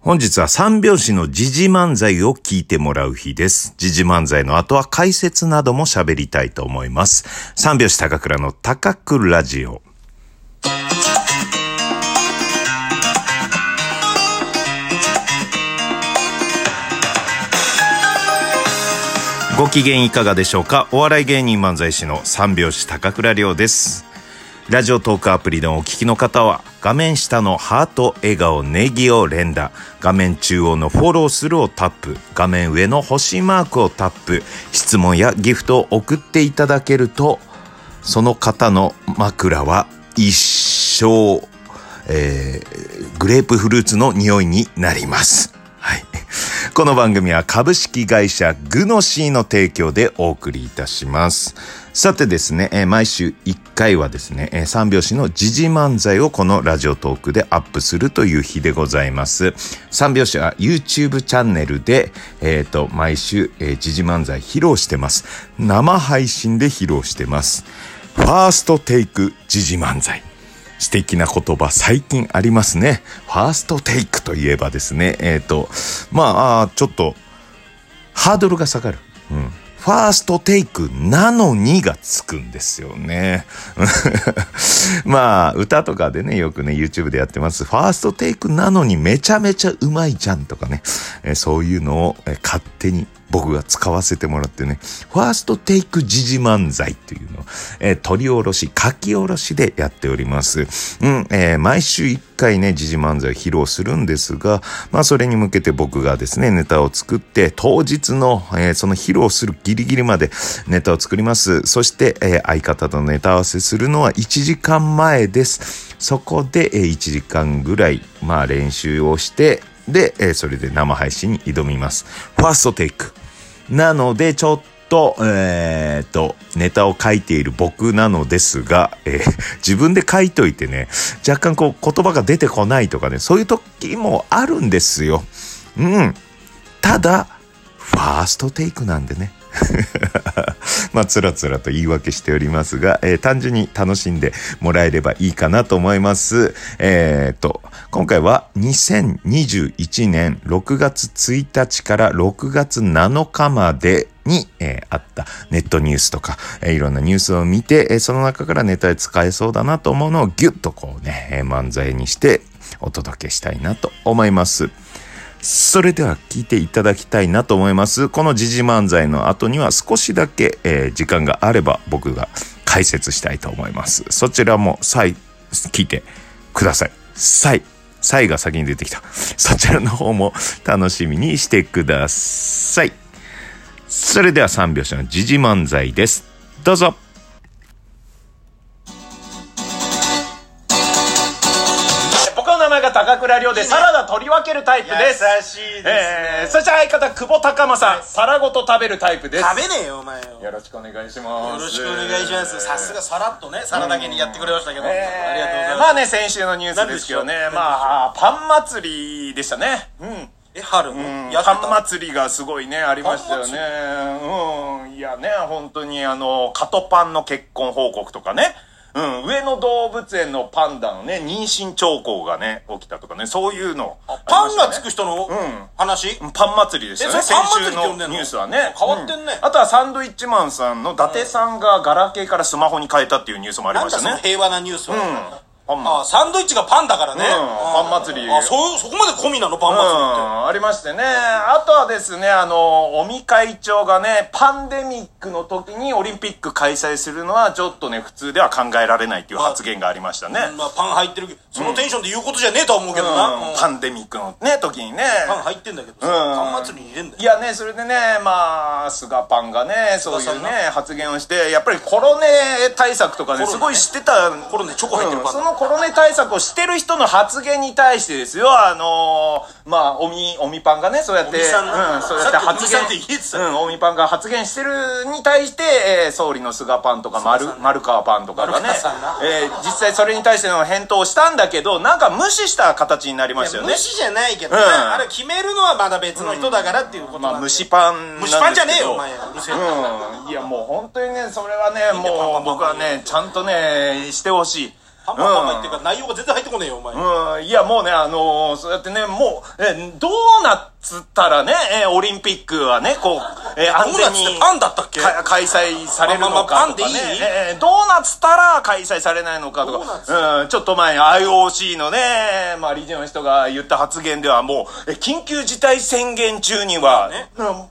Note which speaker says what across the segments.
Speaker 1: 本日は三拍子の時事漫才を聞いてもらう日です。時事漫才の後は解説なども喋りたいと思います。三拍子高倉の高倉ラジオ。ご機嫌いかがでしょうかお笑い芸人漫才師の三拍子高倉涼です。ラジオトークアプリのお聞きの方は、画面下のハート、笑顔、ネギを連打、画面中央のフォローするをタップ、画面上の星マークをタップ、質問やギフトを送っていただけると、その方の枕は一生、えーグレープフルーツの匂いになります。はい。この番組は株式会社グノシーの提供でお送りいたします。さてですね、えー毎週1回はですね、えー三拍子の時事漫才をこのラジオトークでアップするという日でございます。三拍子は YouTube チャンネルで、えっ、と、毎週、えー時事漫才披露してます。生配信で披露してます。ファーストテイク時事漫才。素敵な言葉最近ありますね。ファーストテイクといえばですね、えっ、と、まああー、ちょっと、ハードルが下がる。うん。ファーストテイクなのにがつくんですよね。 まあ、歌とかでね、よくね、YouTube でやってます。ファーストテイクなのにめちゃめちゃうまいじゃんとかね。えーそういうのをえー勝手に僕が使わせてもらってね。ファーストテイク時事漫才というのを、えー取り下ろし、書き下ろしでやっております。うん、えー毎週1回ね、時事漫才を披露するんですが、まあ、それに向けて僕がですね、ネタを作って、当日の、えーその披露するギリギリまでネタを作ります。そして、えー相方とネタ合わせするのは1時間前です。そこで、え1時間ぐらい、まあ、練習をして、で、えーそれで生配信に挑みます。ファーストテイク。なので、ちょっと、えーっと、ネタを書いている僕なのですが、えー自分で書いといてね、若干こう言葉が出てこないとかね、そういう時もあるんですよ。うん。ただ、ファーストテイクなんでね。 まあ、つらつらと言い訳しておりますが、えー単純に楽しんでもらえればいいかなと思います。えーっと、今回は2021年6月1日から6月7日までに、えーあったネットニュースとか、えーいろんなニュースを見て、えーその中からネタで使えそうだなと思うのをギュッとこうね、えー漫才にしてお届けしたいなと思います。それでは聞いていただきたいなと思います。この時事漫才の後には少しだけ、えー時間があれば僕が解説したいと思います。そちらもさい聞いてください。さい。さいが先に出てきた。そちらの方も楽しみにしてください。それでは三拍子の時事漫才です。どうぞ。
Speaker 2: 僕の名前が高倉涼でサラダ取り分けるタイプです
Speaker 3: 優しいですね
Speaker 2: えーそして相方久保孝正皿ごと食べるタイプです
Speaker 3: 食べねえよお前よ
Speaker 2: よろしくお願いします
Speaker 3: よろしくお願いしますさすがさらっとねさらだけにやってくれましたけど、
Speaker 2: えー
Speaker 3: ありがとうございます、
Speaker 2: まあね先週のニュースですけどね
Speaker 3: 何でしょう
Speaker 2: まあパン祭りでしたねうん
Speaker 3: え春もやって
Speaker 2: パ
Speaker 3: た
Speaker 2: ン祭りがすごいねありましたよねうんいやね本当にあのカトパンの結婚報告とかねうん、上野動物園のパンダのね、妊娠兆候がね、起きたとかね、そういうの。
Speaker 3: パンがつく人の
Speaker 2: ん
Speaker 3: 話、
Speaker 2: パン祭りでしたね。
Speaker 3: えそれパン祭り
Speaker 2: 先週
Speaker 3: って
Speaker 2: の
Speaker 3: 呼んでんの
Speaker 2: ニュースはね。
Speaker 3: 変わってんね
Speaker 2: うあとはサンドイッチマンさんの伊達さんがガラケーからスマホに変えたっていうニュースもあり
Speaker 3: な
Speaker 2: ま
Speaker 3: ん
Speaker 2: し
Speaker 3: だ
Speaker 2: た
Speaker 3: その
Speaker 2: ね。
Speaker 3: 平和なニュースは、
Speaker 2: パン祭り
Speaker 3: あサンドイッチがパンだからね、
Speaker 2: うんパン祭り
Speaker 3: あそうそこまで込みなのパン
Speaker 2: う
Speaker 3: 祭りって、
Speaker 2: ん、ありましてね。あとはですね、あの、尾身会長がね、パンデミックの時にオリンピック開催するのはちょっとね、普通では考えられないっていう発言がありましたね。
Speaker 3: まあ、パン入ってるけどそのテンションで言うことじゃねえとは思うけどな、
Speaker 2: うん
Speaker 3: うん
Speaker 2: パンデミックのね、時にね。
Speaker 3: パン入ってんだけどさ、パン祭りに入れんだよ
Speaker 2: いやね、それでね、まあ、菅パンがね、そういう
Speaker 3: 菅
Speaker 2: ね
Speaker 3: さん、
Speaker 2: 発言をして、やっぱりコロネ対策とかね、
Speaker 3: コロネね
Speaker 2: すごい知ってた。
Speaker 3: コロネチョコ入ってるパン
Speaker 2: うんそのコロネ対策をしてる人の発言に対してですよ、あのーまあ、おみ、おみパンがね、そうやって、
Speaker 3: 尾身さんな
Speaker 2: うん、そうやって発言
Speaker 3: さっき尾身さんって言えてた
Speaker 2: うん、おみパンが発言してるに対して、えー総理の菅パンとか丸、丸川パンとかがね
Speaker 3: 丸川さんな、
Speaker 2: えー実際それに対しての返答をしたんだけど、なんか無視した形になりましたよね
Speaker 3: 無。視じゃないけどね、
Speaker 2: うん
Speaker 3: あれ決めるのはまだ別の人だからっていうこと
Speaker 2: ま
Speaker 3: な
Speaker 2: あ、
Speaker 3: んで、
Speaker 2: 虫パンなんですけど。
Speaker 3: 虫パンじゃねえよお前うるせえ
Speaker 2: うん、いやもう本当にねそれはねもう僕はねちゃんとねしてほしい
Speaker 3: パンパンパンパン言ってるから内容が全然入ってこねえよ、お前。
Speaker 2: うん、いや、もうね、あのーそうやってね、もう、え、どうなっつったらね、え、オリンピックはね、こう、え、安
Speaker 3: ドーナ
Speaker 2: 全
Speaker 3: ツって
Speaker 2: に。
Speaker 3: パンだったっけ
Speaker 2: か開催されるのかとか、ね
Speaker 3: まあまあまあパンでいい
Speaker 2: えードーナツたら開催されないのかと
Speaker 3: ドーナ
Speaker 2: か、うん、ちょっと前 IOC のね、まあ、理事の人が言った発言ではもうえ緊急事態宣言中には、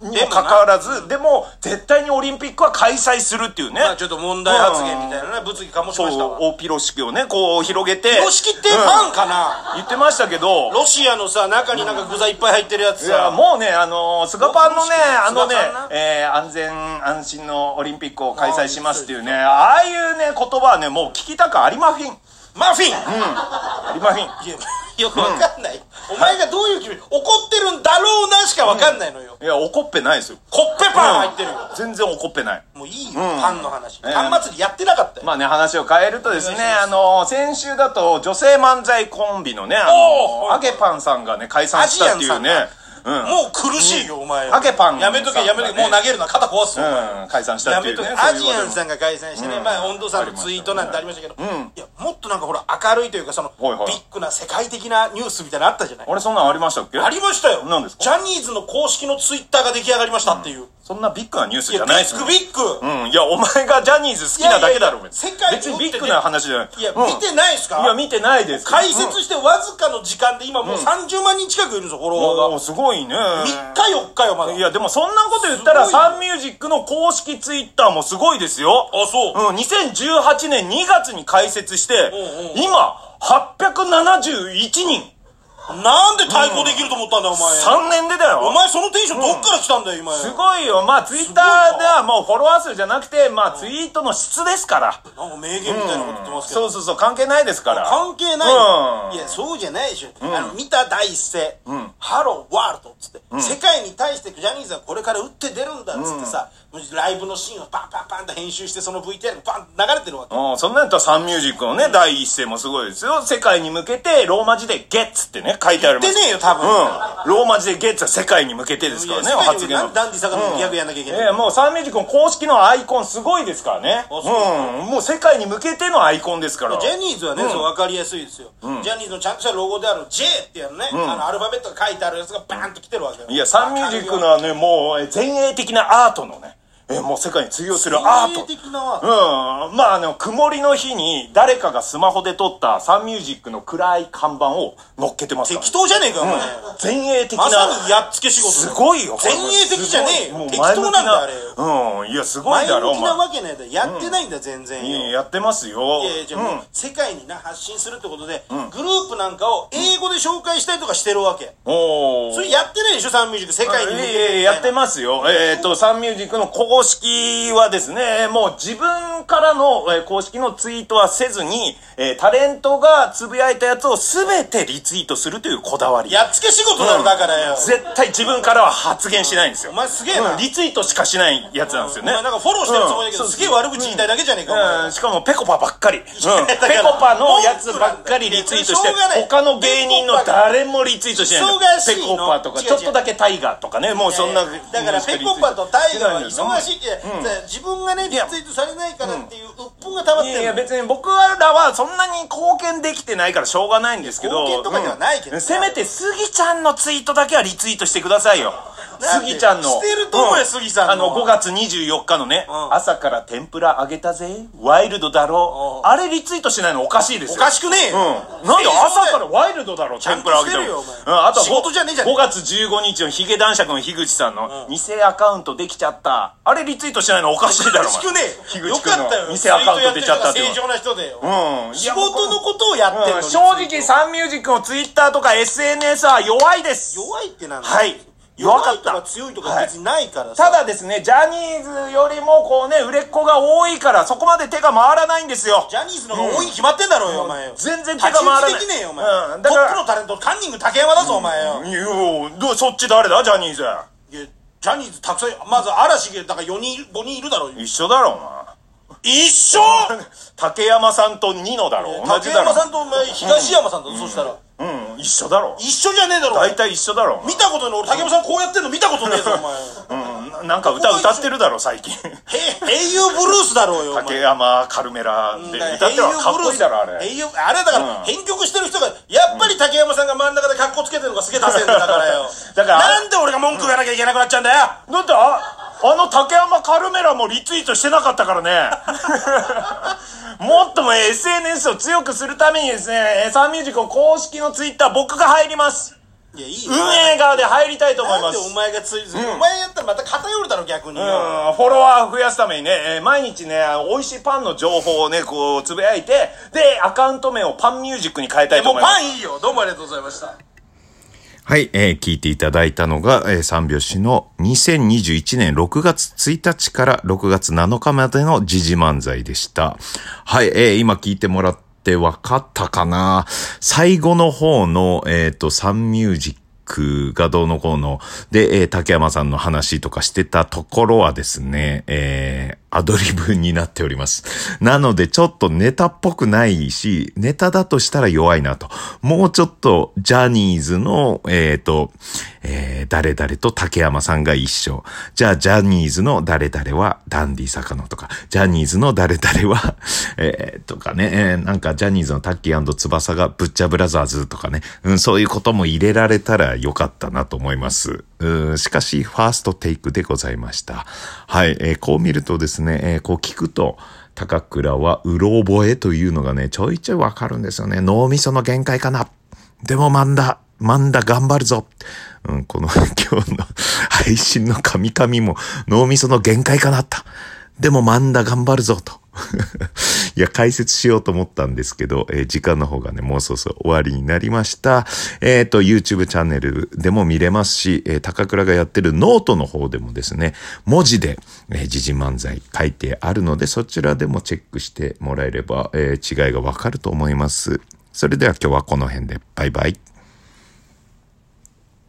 Speaker 2: うんに
Speaker 3: で
Speaker 2: も
Speaker 3: もな
Speaker 2: かかわらずでも絶対にオリンピックは開催するっていうね、
Speaker 3: まあちょっと問題発言みたいなね、物議かもしました
Speaker 2: そう
Speaker 3: わ。
Speaker 2: 大ピロシキをねこう広げて
Speaker 3: 公式ってパンかな
Speaker 2: 言ってましたけど
Speaker 3: ロシアのさ、中になんか具材いっぱい入ってるやつ
Speaker 2: いや
Speaker 3: さ。
Speaker 2: もうね、あのー、菅パンのね、あのね
Speaker 3: 菅パンな、
Speaker 2: えー安全安心のオリンピックを開催しますっていうね、ああいうね、言葉はね、もう聞きたくありまフィン。
Speaker 3: マフィン、
Speaker 2: ありまフィン。
Speaker 3: いやよくわかんない、お前がどういう気分怒ってるんだろうなしかわかんないのよ、
Speaker 2: いや、怒っぺないですよ。
Speaker 3: コッペパン入ってるよ、
Speaker 2: 全然怒っぺない。
Speaker 3: もういいよ、パンの話、
Speaker 2: ええ
Speaker 3: パン祭りやってなかったよ、
Speaker 2: まあね、話を変えるとですね、あのー、先週だと女性漫才コンビのね、あ
Speaker 3: お
Speaker 2: の
Speaker 3: ー
Speaker 2: ー、あげパンさんがね、解散したっていうね
Speaker 3: アジア、
Speaker 2: うん、うん、
Speaker 3: もう苦しいよ、お前
Speaker 2: アケパン
Speaker 3: やめとけやめと
Speaker 2: さん
Speaker 3: け
Speaker 2: が
Speaker 3: も
Speaker 2: ね
Speaker 3: う投げるな肩壊すぞ、お前
Speaker 2: 解散した
Speaker 3: や
Speaker 2: ってい
Speaker 3: め
Speaker 2: う
Speaker 3: と
Speaker 2: ね
Speaker 3: け、。
Speaker 2: そう
Speaker 3: ア
Speaker 2: いう
Speaker 3: ジ
Speaker 2: 話題
Speaker 3: ア
Speaker 2: も
Speaker 3: ンさんが解散してね、まあ温度差のツイートなんてありましたけど、
Speaker 2: ん
Speaker 3: いやもっとなんかほら明るいというかその、
Speaker 2: はいはい
Speaker 3: ビッグな世界的なニュースみたいなのあったじゃない
Speaker 2: あれ、そんなんありましたっけ
Speaker 3: ありましたよ
Speaker 2: 何ですか
Speaker 3: ジャニーズの公式のツイッターが出来上がりましたっていう、
Speaker 2: そんなビッグなニュース
Speaker 3: い
Speaker 2: じ
Speaker 3: や
Speaker 2: ゃ
Speaker 3: ビ
Speaker 2: ないです
Speaker 3: ッ
Speaker 2: よ
Speaker 3: グビッグ、
Speaker 2: うん、いや、お前がジャニーズ好きなだけだろ、
Speaker 3: いやいやいや
Speaker 2: 別に
Speaker 3: 世
Speaker 2: 別
Speaker 3: 界
Speaker 2: にビッグな話じゃない。
Speaker 3: いや、
Speaker 2: うん
Speaker 3: 見てないですか
Speaker 2: いや、見てないです。
Speaker 3: 解説してわずかの時間で今もうう30万人近くいるんですよ、フォロ
Speaker 2: お
Speaker 3: ワ
Speaker 2: ー
Speaker 3: ーが。
Speaker 2: すごいね。
Speaker 3: 3日4日よ、まだ。
Speaker 2: いや、でもそんなこと言ったら、
Speaker 3: すごいね
Speaker 2: サンミュージックの公式ツイッターもすごいですよ。
Speaker 3: あ、そ
Speaker 2: う
Speaker 3: う。
Speaker 2: ん、2018年2月に開設して
Speaker 3: うんうん、
Speaker 2: 今、871人。
Speaker 3: なんで対抗できると思ったんだよ、お前。
Speaker 2: 3年でだよ。
Speaker 3: お前、そのテンションどっから来たんだよ、今。
Speaker 2: すごいよ。まあ、ツイッターではもうフォロワー数じゃなくて、まあ、ツイートの質ですから。
Speaker 3: なんか名言みたいなこと言ってますけど。
Speaker 2: そうそうそう、関係ないですから。
Speaker 3: 関係ない
Speaker 2: うん
Speaker 3: よ。いや、そうじゃないでしょ。あの、見た第一声。ハローワールドっつって、世界に対してジャニーズはこれから打って出るんだっつってさ、ライブのシーンをパンパンパンと編集して、その VTR がパンって流れてるわけ。
Speaker 2: うん、そんなんやったらサンミュージックのね、第一声もすごいですよ。世界に向けて、ローマ字でゲッツってね、書いてありま
Speaker 3: 出
Speaker 2: す。
Speaker 3: ねえよ、多分。
Speaker 2: うん。ローマ字でゲッツは世界に向けてですからね、
Speaker 3: いや
Speaker 2: 発言
Speaker 3: な
Speaker 2: は
Speaker 3: んで。ダンディ坂のギャグやんなきゃいけない
Speaker 2: ええ、もうサンミュージックの公式のアイコンすごいですからね。
Speaker 3: そう
Speaker 2: うん。もう世界に向けてのアイコンですから。
Speaker 3: ジャニーズはね、そう分かりやすいですよ、ジャニーズのちゃんとしたロゴである J ってやるね、あのアルファベットが書いてあるやつがバーンと来てるわけよ
Speaker 2: いや、サンミュージックのはね、もう、え前衛的なアートのね、えもう世界に通用するアート。
Speaker 3: 的な
Speaker 2: うん。まあ、あの、曇りの日に誰かがスマホで撮ったサンミュージックの暗い看板を乗っけてますから、
Speaker 3: 適当じゃねえかお前、
Speaker 2: 前衛的な。
Speaker 3: まさにやっつけ仕事
Speaker 2: すごいよ。
Speaker 3: 前衛的じゃねえよ
Speaker 2: もう
Speaker 3: 適当なんだあれ
Speaker 2: れ。うん。いや、すごい
Speaker 3: 前
Speaker 2: だろ、お
Speaker 3: 向きな
Speaker 2: 前。
Speaker 3: わけないだろやってないんだよ全然
Speaker 2: いや
Speaker 3: よ
Speaker 2: やってますよ。
Speaker 3: いやいやじゃあもう
Speaker 2: うん
Speaker 3: 世界にな発信するってことで、グループなんかを英語で紹介したりとかしてるわけ、
Speaker 2: おー
Speaker 3: それやってないでしょサンミュージック世界に向けてみたいな、
Speaker 2: ええやってますよ。えっ、と、サンミュージックの公式はですね、もう自分からの、えー公式のツイートはせずに、えータレントがつぶやいたやつをすべてリツイートするというこだわり。
Speaker 3: やっつけ仕事だろだからよ、
Speaker 2: 絶対自分からは発言しないんですよ。
Speaker 3: お前すげえな、
Speaker 2: リツイートしかしないやつなんですよね。
Speaker 3: お前なんかフォローしてるつもりだけど、
Speaker 2: うん
Speaker 3: すげえ悪口言いたいだけじゃねえか、お前
Speaker 2: うん、しかもペコパばっかり、うん、ペ
Speaker 3: やだから
Speaker 2: コパのやつばっかりリツイートして
Speaker 3: しょうがない
Speaker 2: 他の芸人の誰もリツイートしないんだよ
Speaker 3: 忙しい
Speaker 2: ペ
Speaker 3: の
Speaker 2: コパとか
Speaker 3: 違う違う
Speaker 2: ちょっとだけタイガーとかねもうそんな
Speaker 3: だからペコパとタイガは忙
Speaker 2: い
Speaker 3: しいって、自分がねリツイートされないからっていう鬱憤が溜まっ
Speaker 2: い
Speaker 3: て
Speaker 2: やいや
Speaker 3: る
Speaker 2: 別に僕らはそんなに貢献できてないからしょうがないんですけど
Speaker 3: 貢献とかではないけど
Speaker 2: うんせめてスギちゃんのツイートだけはリツイートしてくださいよ
Speaker 3: なん
Speaker 2: ス
Speaker 3: で
Speaker 2: ギちゃんの
Speaker 3: してると思うよ
Speaker 2: う
Speaker 3: 杉さん
Speaker 2: あ
Speaker 3: の
Speaker 2: の5月24日のね、
Speaker 3: うん
Speaker 2: 朝から天ぷらあげたぜワイルドだろ、う
Speaker 3: うん
Speaker 2: あれリツイートしないのおかしいです
Speaker 3: お
Speaker 2: よ
Speaker 3: かしくねえよ、
Speaker 2: うんなんで朝からワイルドだろ、
Speaker 3: ゃ
Speaker 2: 天
Speaker 3: ん
Speaker 2: ぷ
Speaker 3: と
Speaker 2: らあ
Speaker 3: し
Speaker 2: げ
Speaker 3: て
Speaker 2: て
Speaker 3: る
Speaker 2: る。
Speaker 3: よ
Speaker 2: うんあとは
Speaker 3: 仕事じゃねえじゃん
Speaker 2: 5月15日のヒゲ男爵の樋口さんの、
Speaker 3: うん
Speaker 2: 偽アカウントできちゃった。あれリツイートしないのおかしいだ
Speaker 3: お
Speaker 2: ろ、
Speaker 3: かしくね
Speaker 2: 樋
Speaker 3: えよ
Speaker 2: 口君
Speaker 3: か
Speaker 2: の
Speaker 3: ったよ
Speaker 2: 偽アカウント出ちゃったって
Speaker 3: ツ
Speaker 2: い
Speaker 3: イ
Speaker 2: う
Speaker 3: ートやってる人が正常な人だよ、
Speaker 2: うん。
Speaker 3: 仕事のことをやってるの
Speaker 2: う
Speaker 3: に
Speaker 2: ん正直サンミュージックのツイッターとか SNS は弱いです。
Speaker 3: 弱いってなんだ
Speaker 2: はい弱
Speaker 3: 弱
Speaker 2: か
Speaker 3: か
Speaker 2: っ
Speaker 3: ったた強いとか別にないからさ、
Speaker 2: ただですね、ジャニーズよりもこうね、売れっ子が多いから、そこまで手が回らないんですよ
Speaker 3: ジ。ャニーズの方が多いに決まってんだろうよ、お前よ
Speaker 2: 全然手が回らない
Speaker 3: 立ち打ちできねえよお前、
Speaker 2: うんだから
Speaker 3: トップのタレントカンニング竹山だぞ、お前よ、
Speaker 2: いや、どうそっち誰だジャニーズ。
Speaker 3: いやジャニーズたくさんまず嵐がだから4人5人いるだろう
Speaker 2: 一緒だろ、お前。
Speaker 3: 一緒
Speaker 2: 竹山さんとニノだろ同
Speaker 3: 竹
Speaker 2: じだろ
Speaker 3: 山さんとお前東山さんだぞ、そしたら、
Speaker 2: うん一緒だろ
Speaker 3: 一緒じゃねえだろ
Speaker 2: 大体一緒だろ
Speaker 3: 見たことない俺竹山さんこうやってんの見たことねえぞお前
Speaker 2: うんなんか歌歌ってるだろ、最近。
Speaker 3: へ英雄ブルースだろうよ、お前
Speaker 2: 竹山カルメラで歌ってはかっこいいだろ、あれ。。
Speaker 3: 英雄、あれだから、編曲してる人が、やっぱり竹山さんが真ん中で格好つけてるのがすげえ出せんだからよ
Speaker 2: だから
Speaker 3: なんで俺が文句言わなきゃいけなくなっちゃうんだよ。
Speaker 2: だってあ、あの竹山カルメラもリツイートしてなかったからね。もっとも SNS を強くするためにですね、サンミュージックの公式のツイッター僕が入ります。
Speaker 3: いや、いいよ
Speaker 2: 運。営側で入りたいと思い
Speaker 3: なん
Speaker 2: ま。
Speaker 3: ですお前がつい、お前やったらまた偏るだろ、逆によ。
Speaker 2: うんフォロワー増やすためにね、えー毎日ね、美味しいパンの情報をね、こう、つぶやいて、で、アカウント名をパンミュージックに変えたいと
Speaker 3: もう
Speaker 2: 思います。
Speaker 3: パンいいよ。どうもありがとうございました。
Speaker 1: はい、えー聞いていただいたのが、えー三拍子の2021年6月1日から6月7日までの時事漫才でした。はい、えー今聞いてもらって分かったかな最後の方の、えっ、と、サンミュージックがどうのこうの、で、えー竹山さんの話とかしてたところはですね、えーアドリブになっております。なので、ちょっとネタっぽくないし、ネタだとしたら弱いなと。もうちょっと、ジャニーズの、えっ、と、えー誰々と竹山さんが一緒。じゃあ、ジャニーズの誰々はダンディ坂野とか、ジャニーズの誰々は、 えーとかね、えーなんか、ジャニーズのタッキー翼がブッチャブラザーズとかね、うん、そういうことも入れられたらよかったなと思います。うん、しかし、ファーストテイクでございました。はい、えーこう見るとですね、えーこう聞くと、高倉はうろ覚えというのがね、ちょいちょいわかるんですよね。脳みその限界かな。でもマンダ、マンダ頑張るぞ。うん、この 今日の配信の神々も脳みその限界かなった。でもマンダ頑張るぞと。 いや、解説しようと思ったんですけど、えー時間の方がね、もうそろそろ終わりになりました。えっ、と、YouTube チャンネルでも見れますし、えー高倉がやってるノートの方でもですね、文字で、えー時事漫才書いてあるので、そちらでもチェックしてもらえれば、えー違いがわかると思います。それでは今日はこの辺で、バイバイ。